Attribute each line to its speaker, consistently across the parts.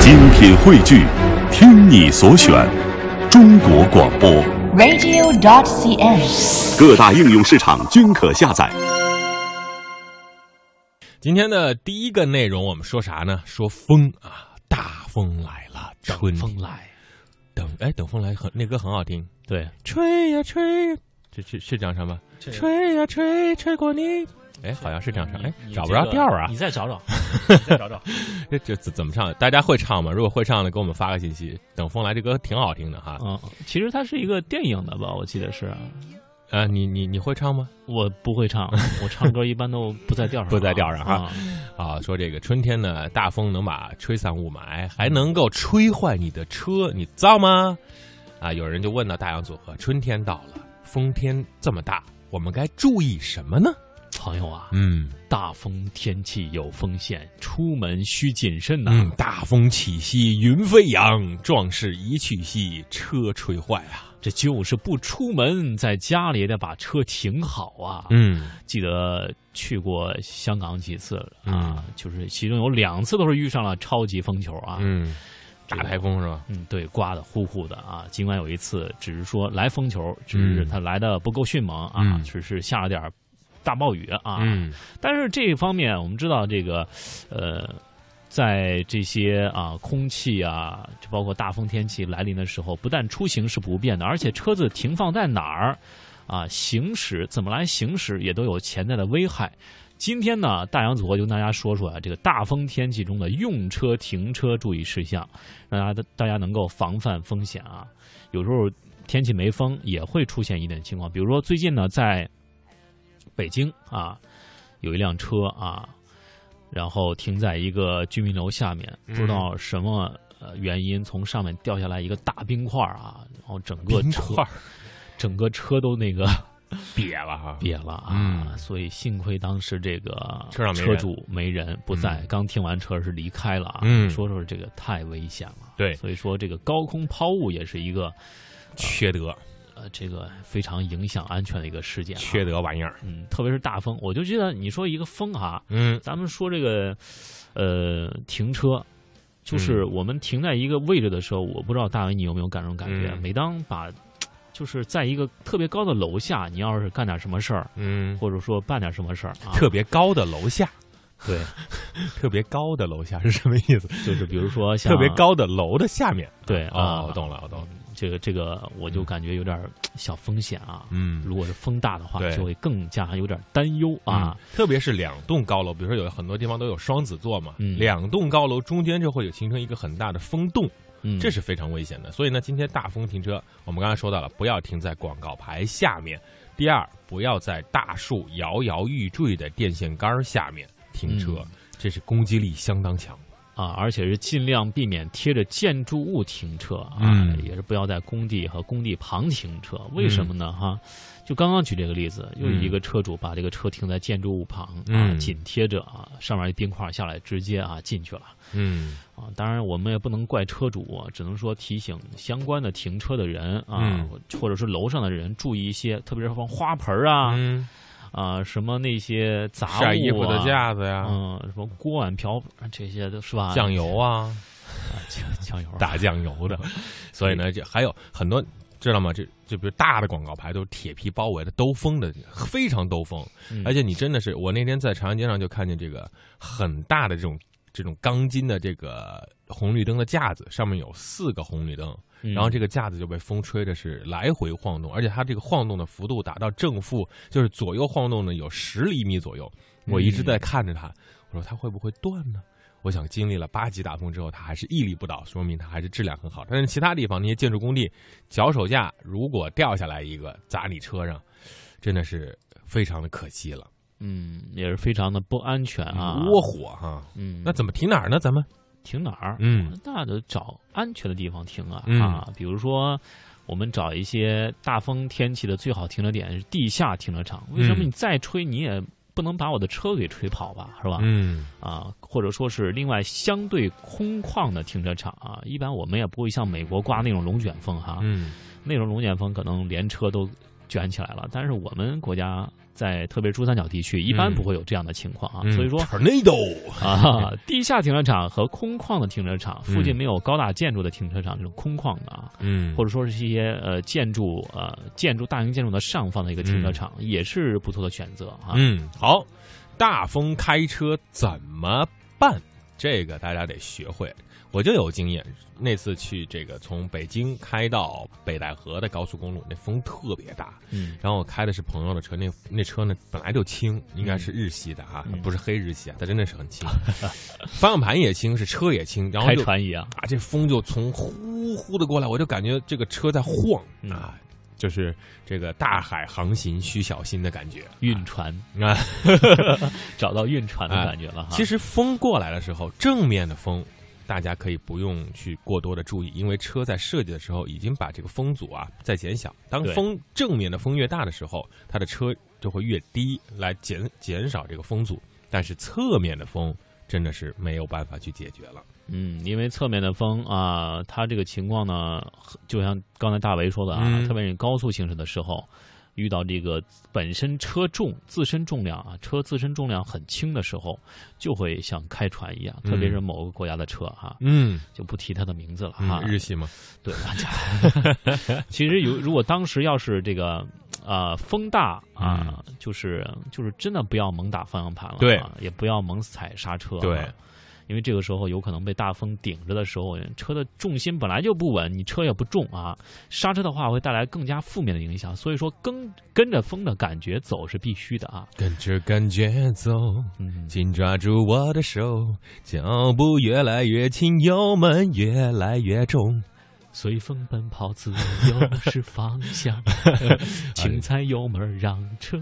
Speaker 1: 精品汇聚，听你所选，中国广播。
Speaker 2: radio.cn。
Speaker 1: 各大应用市场均可下载。
Speaker 3: 今天的第一个内容，我们说啥呢？说风啊，大风来了，春
Speaker 4: 风来，
Speaker 3: 等哎，等风来很那歌很好听，
Speaker 4: 对，
Speaker 3: 吹呀吹呀，这是是这样唱吧？吹呀吹，吹过你，哎，好像是这样唱，哎，
Speaker 4: 你
Speaker 3: 找不着调儿啊
Speaker 4: 你，再 找找，你再找找。
Speaker 3: 这这怎怎么唱？大家会唱吗？如果会唱的，给我们发个信息。等风来这歌挺好听的哈，
Speaker 4: 嗯，其实它是一个电影的吧，我记得是。
Speaker 3: 啊，你你你会唱吗？
Speaker 4: 我不会 唱，我唱歌一般都不在调上啊，
Speaker 3: 不在调上啊
Speaker 4: 啊。
Speaker 3: 啊，说这个春天呢，大风能把吹散雾霾，还能够吹坏你的车，你造吗？啊，有人就问到大洋组合，春天到了，风天这么大，我们该注意什么呢？
Speaker 4: 朋友啊，
Speaker 3: 嗯
Speaker 4: 大风天气有风险，出门需谨慎呐。
Speaker 3: 嗯，大风起兮云飞扬，壮士一去兮车吹坏啊。
Speaker 4: 这就是不出门，在家里得把车停好啊。
Speaker 3: 嗯
Speaker 4: 记得去过香港几次了
Speaker 3: 嗯
Speaker 4: 啊，就是其中有两次都是遇上了超级风球啊。
Speaker 3: 嗯，
Speaker 4: 这
Speaker 3: 大
Speaker 4: 个
Speaker 3: 台风是吧？
Speaker 4: 嗯，对，刮的呼呼的啊。尽管有一次只是说来风球，只是
Speaker 3: 嗯
Speaker 4: 它来的不够迅猛啊，
Speaker 3: 嗯
Speaker 4: 只是下了点儿大暴雨啊。
Speaker 3: 嗯
Speaker 4: 但是这一方面，我们知道这个，呃，在这些啊空气啊，就包括大风天气来临的时候，不但出行是不便的，而且车子停放在哪儿啊，行驶怎么来行驶也都有潜在的危害。今天呢，大洋组合就跟大家说说啊，这个大风天气中的用车、停车注意事项，让大家大家能够防范风险啊。有时候天气没风也会出现一点情况，比如说最近呢，在北京啊，有一辆车啊，然后停在一个居民楼下面，不
Speaker 3: 嗯
Speaker 4: 知道什么呃原因从上面掉下来一个大冰块儿啊，然后整个
Speaker 3: 冰
Speaker 4: 车
Speaker 3: 块儿
Speaker 4: 整个车都那个
Speaker 3: 瘪了哈。
Speaker 4: 瘪了啊，
Speaker 3: 嗯
Speaker 4: 所以幸亏当时这个
Speaker 3: 车上没人
Speaker 4: 车主没人不在，刚停完车是离开了啊，
Speaker 3: 嗯
Speaker 4: 说说这个太危险了，
Speaker 3: 对
Speaker 4: 所以说这个高空抛物也是一个
Speaker 3: 缺德，
Speaker 4: 呃这个非常影响安全的一个事件、啊，
Speaker 3: 缺德玩意儿。
Speaker 4: 嗯，特别是大风，我就记得你说一个风啊，
Speaker 3: 嗯
Speaker 4: 咱们说这个，呃，停车，
Speaker 3: 嗯
Speaker 4: 就是我们停在一个位置的时候，我不知道大伟你有没有感这种感觉？
Speaker 3: 嗯
Speaker 4: 每当把，就是在一个特别高的楼下，你要是干点什么事儿，
Speaker 3: 嗯，
Speaker 4: 或者说办点什么事儿啊，
Speaker 3: 特别高的楼下，
Speaker 4: 对，
Speaker 3: 特别高的楼下是什么意思？
Speaker 4: 就是比如说像
Speaker 3: 特别，高的楼的下面。
Speaker 4: 对啊，
Speaker 3: 哦，我懂了，我懂了。
Speaker 4: 这个这个，我就感觉有点儿小风险啊。
Speaker 3: 嗯，
Speaker 4: 如果是风大的话
Speaker 3: 对，
Speaker 4: 就会更加有点担忧啊。
Speaker 3: 嗯，特别是两栋高楼，比如说有很多地方都有双子座嘛，
Speaker 4: 嗯
Speaker 3: 两栋高楼中间就会有形成一个很大的风洞，
Speaker 4: 嗯，
Speaker 3: 这是非常危险的。所以呢，今天大风停车，我们刚才说到了，不要停在广告牌下面；第二，不要在大树摇摇欲坠的电线杆下面停车，
Speaker 4: 嗯
Speaker 3: 这是攻击力相当强。
Speaker 4: 啊，而且是尽量避免贴着建筑物停车啊，
Speaker 3: 嗯
Speaker 4: 也是不要在工地和工地旁停车。为什么呢？
Speaker 3: 嗯
Speaker 4: 哈，就刚刚举这个例子，又有一个车主把这个车停在建筑物旁、啊，
Speaker 3: 嗯
Speaker 4: 紧贴着啊，上面一冰块下来，直接啊进去了
Speaker 3: 嗯
Speaker 4: 啊。当然，我们也不能怪车主、啊只能说提醒相关的停车的人啊，
Speaker 3: 嗯
Speaker 4: 或者是楼上的人注意一些，特别是放花盆儿啊、
Speaker 3: 嗯，
Speaker 4: 啊什么那些杂物啊、
Speaker 3: 晒衣服的架子呀，
Speaker 4: 嗯，什么锅碗瓢盆这些都是吧？
Speaker 3: 酱油啊。
Speaker 4: 啊酱酱油啊
Speaker 3: 打酱油的，所以呢，这还有很多知道吗？这就比如大的广告牌都是铁皮包围的，兜风的，非常兜风。
Speaker 4: 嗯
Speaker 3: 而且你真的是，我那天在长安街上就看见这个很大的这种这种钢筋的这个红绿灯的架子，上面有四个红绿灯，
Speaker 4: 嗯
Speaker 3: 然后这个架子就被风吹的是来回晃动，而且它这个晃动的幅度达到正负，就是左右晃动呢有十厘米左右。
Speaker 4: 嗯
Speaker 3: 我一直在看着它，我说它会不会断呢？我想经历了八级大风之后，它还是屹立不倒，说明它还是质量很好。但是其他地方那些建筑工地脚手架如果掉下来一个砸你车上，真的是非常的可惜了，
Speaker 4: 嗯，也是非常的不安全啊。
Speaker 3: 窝火哈。
Speaker 4: 嗯，
Speaker 3: 那怎么停哪儿呢？咱们
Speaker 4: 停哪儿？
Speaker 3: 嗯，
Speaker 4: 那得找安全的地方停啊、
Speaker 3: 嗯
Speaker 4: 啊！比如说，我们找一些大风天气的最好停车点是地下停车场。为什么
Speaker 3: 嗯
Speaker 4: 你再吹你也不能把我的车给吹跑吧？是吧？
Speaker 3: 嗯
Speaker 4: 啊，或者说是另外相对空旷的停车场啊，一般我们也不会像美国刮那种龙卷风哈、
Speaker 3: 嗯
Speaker 4: 那种龙卷风可能连车都卷起来了，但是我们国家在特别珠三角地区，一般
Speaker 3: 嗯
Speaker 4: 不会有这样的情况啊。
Speaker 3: 嗯
Speaker 4: 所以说
Speaker 3: tornado，
Speaker 4: 啊，地下停车场和空旷的停车场，附近没有高大建筑的停车场，这种空旷的啊，
Speaker 3: 嗯，
Speaker 4: 或者说是一些呃建筑呃建筑大型建筑的上方的一个停车场，也是不错的选择啊。
Speaker 3: 嗯，好，大风开车怎么办？这个大家得学会。我就有经验，那次去这个从北京开到北戴河的高速公路，那风特别大，
Speaker 4: 嗯
Speaker 3: 然后我开的是朋友的车，那那车呢本来就轻，应该是日系的啊，
Speaker 4: 嗯
Speaker 3: 不是黑日系啊，它真的是很 轻，方向盘也轻，是车也轻，然后
Speaker 4: 开
Speaker 3: 就
Speaker 4: 船一样，
Speaker 3: 啊，这风就从呼呼的过来，我就感觉这个车在晃
Speaker 4: 嗯
Speaker 3: 啊，就是这个大海航行需小心的感觉。
Speaker 4: 运 船，
Speaker 3: 啊，
Speaker 4: 找到运船的
Speaker 3: 哎
Speaker 4: 感觉了哈。
Speaker 3: 其实风过来的时候，正面的风。大家可以不用去过多的注意，因为车在设计的时候已经把这个风阻啊在减小。当
Speaker 4: 对
Speaker 3: 风正面的风越大的时候，它的车就会越低，来减减少这个风阻。但是侧面的风真的是没有办法去解决了。
Speaker 4: 嗯，因为侧面的风啊，它这个情况呢，就像刚才大为说的啊，
Speaker 3: 嗯
Speaker 4: 特别是你高速行驶的时候，遇到这个本身车重、自身重量啊，车自身重量很轻的时候，就会像开船一样，特别是某个国家的车哈、
Speaker 3: 嗯，
Speaker 4: 就不提它的名字了哈、
Speaker 3: 嗯日系嘛，
Speaker 4: 对，大家 其实有，如果当时要是这个啊风大啊，就是就是真的不要猛打方向盘了，
Speaker 3: 嗯对
Speaker 4: 啊，也不要猛踩刹车、啊
Speaker 3: 对。
Speaker 4: 因为这个时候有可能被大风顶着的时候，车的重心本来就不稳，你车也不重啊，刹车的话会带来更加负面的影响。所以说跟跟着风的感觉走是必须的啊。
Speaker 3: 跟着感觉走，
Speaker 4: 嗯，
Speaker 3: 紧抓住我的手，脚步越来越轻，油门越来越重。
Speaker 4: 随风奔跑，自由是方 向，
Speaker 3: 哎
Speaker 4: 轻踩油门让车。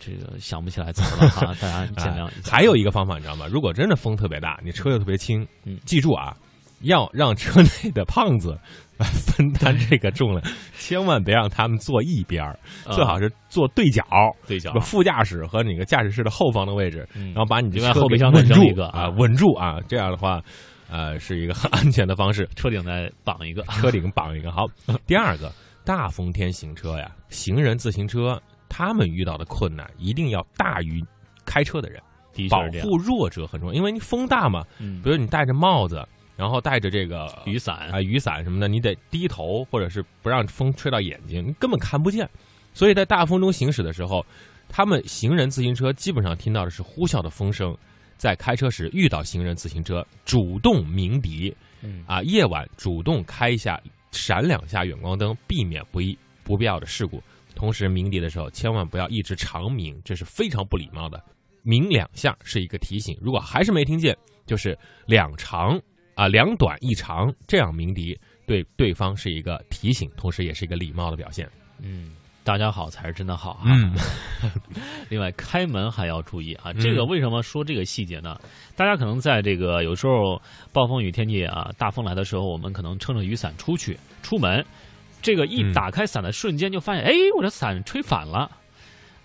Speaker 4: 这个想不起来词儿了哈，大家见谅
Speaker 3: 哎
Speaker 4: 一下。
Speaker 3: 还有一个方法，你知道吗？如果真的风特别大，你车又特别轻，
Speaker 4: 嗯
Speaker 3: 记住啊，要让车内的胖子来分担这个重量，千万别让他们坐一边儿，
Speaker 4: 嗯
Speaker 3: 最好是坐对角，
Speaker 4: 对角
Speaker 3: 不，副驾驶和你个驾驶室的后方的位置，
Speaker 4: 嗯
Speaker 3: 然后把你的
Speaker 4: 另外
Speaker 3: 车
Speaker 4: 后备
Speaker 3: 给
Speaker 4: 箱
Speaker 3: 稳
Speaker 4: 再扔一
Speaker 3: 住
Speaker 4: 个啊
Speaker 3: 啊，稳住啊，这样的话，呃，是一个很安全的方式。
Speaker 4: 车顶再绑一个。
Speaker 3: 车顶绑一个。好，第二个，大风天行车呀，行人、自行车他们遇到的困难一定要大于开车的人，
Speaker 4: 的
Speaker 3: 保
Speaker 4: 确是这样。
Speaker 3: 护弱者很重要，因为你风大嘛，
Speaker 4: 嗯
Speaker 3: 比，如你戴着帽子，然后戴着这个
Speaker 4: 雨伞
Speaker 3: 啊、雨伞什么的，你得低头或者是不让风吹到眼睛，你根本看不见。所以在大风中行驶的时候，他们行人自行车基本上听到的是呼啸的风声。在开车时遇到行人自行车，主动鸣笛，
Speaker 4: 嗯
Speaker 3: 啊，夜晚主动开一下闪两下远光灯，避免不一不必要的事故。同时鸣笛的时候，千万不要一直长鸣，这是非常不礼貌的。鸣两下是一个提醒，如果还是没听见，就是两长啊、两短一长，这样鸣笛对对方是一个提醒，同时也是一个礼貌的表现。
Speaker 4: 嗯，大家好才是真的好啊。
Speaker 3: 嗯，
Speaker 4: 另外，开门还要注意啊！
Speaker 3: 嗯
Speaker 4: 这个为什么说这个细节呢？大家可能在这个有时候暴风雨天气啊，大风来的时候，我们可能撑着雨伞出去出门，这个一
Speaker 3: 嗯
Speaker 4: 打开伞的瞬间就发现，哎，我这伞吹反了，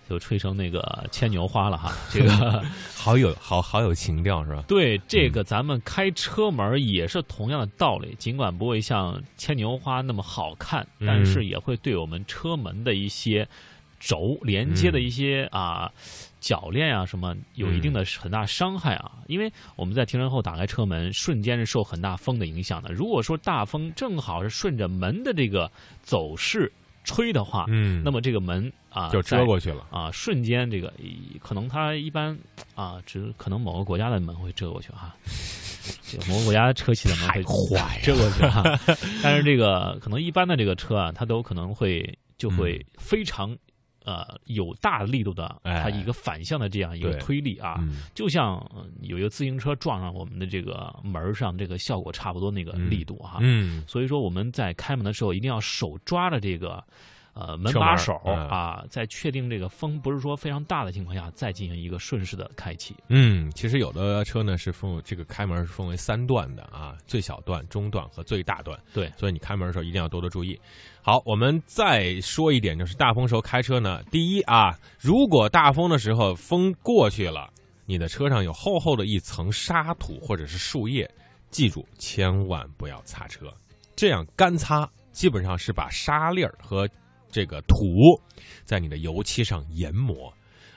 Speaker 4: 就吹成那个牵牛花了哈。这个
Speaker 3: 好有好好有情调是吧？
Speaker 4: 对
Speaker 3: 嗯
Speaker 4: 这个咱们开车门也是同样的道理，尽管不会像牵牛花那么好看，
Speaker 3: 嗯
Speaker 4: 但是也会对我们车门的一些轴连接
Speaker 3: 嗯
Speaker 4: 的一些啊铰链啊什么有一定的很大伤害啊。因为我们在停车后打开车门，瞬间是受很大风的影响的。如果说大风正好是顺着门的这个走势吹的话，
Speaker 3: 嗯
Speaker 4: 那么这个门啊
Speaker 3: 就
Speaker 4: 在
Speaker 3: 遮过去了。
Speaker 4: 啊，瞬间这个一可能它一般啊，只可能某个国家的门会遮过去 啊，这某个国家车企的门会
Speaker 3: 坏
Speaker 4: 遮过去啊，但是这个可能一般的这个车啊，它都可能会就会非常、呃有大力度的，
Speaker 3: 嗯哎
Speaker 4: 它一个反向的这样一个
Speaker 3: 对
Speaker 4: 推力啊，
Speaker 3: 嗯
Speaker 4: 就像呃有一个自行车撞上我们的这个门儿上，这个效果差不多那个
Speaker 3: 嗯
Speaker 4: 力度啊，
Speaker 3: 嗯，
Speaker 4: 所以说我们在开门的时候一定要手抓着这个呃门
Speaker 3: 车门
Speaker 4: 把
Speaker 3: 儿
Speaker 4: 手
Speaker 3: 嗯
Speaker 4: 啊，在确定这个风不是说非常大的情况下，再进行一个顺势的开启。
Speaker 3: 嗯，其实有的车呢是分为这个开门是分为三段的啊，最小段、中段和最大段。
Speaker 4: 对
Speaker 3: 所以你开门的时候一定要多多注意。好，我们再说一点，就是大风时候开车呢，第一啊，如果大风的时候风过去了，你的车上有厚厚的一层沙土或者是树叶，记住千万不要擦车，这样干擦基本上是把沙粒儿和这个土在你的油漆上研磨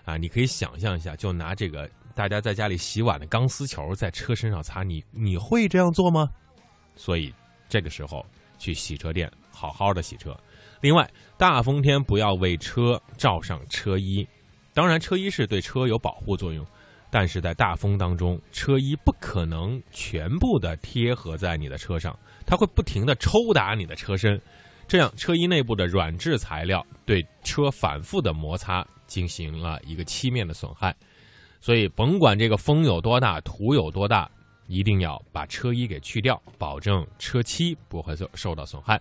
Speaker 3: 啊，你可以想象一下，就拿这个大家在家里洗碗的钢丝球在车身上擦，你你会这样做吗？所以这个时候去洗车店好好的洗车。另外，大风天不要为车罩上车衣，当然车衣是对车有保护作用，但是在大风当中，车衣不可能全部的贴合在你的车上，它会不停的抽打你的车身，这样车衣内部的软质材料对车反复的摩擦进行了一个漆面的损害，所以甭管这个风有多大，土有多大，一定要把车衣给去掉，保证车漆不会受受到损害。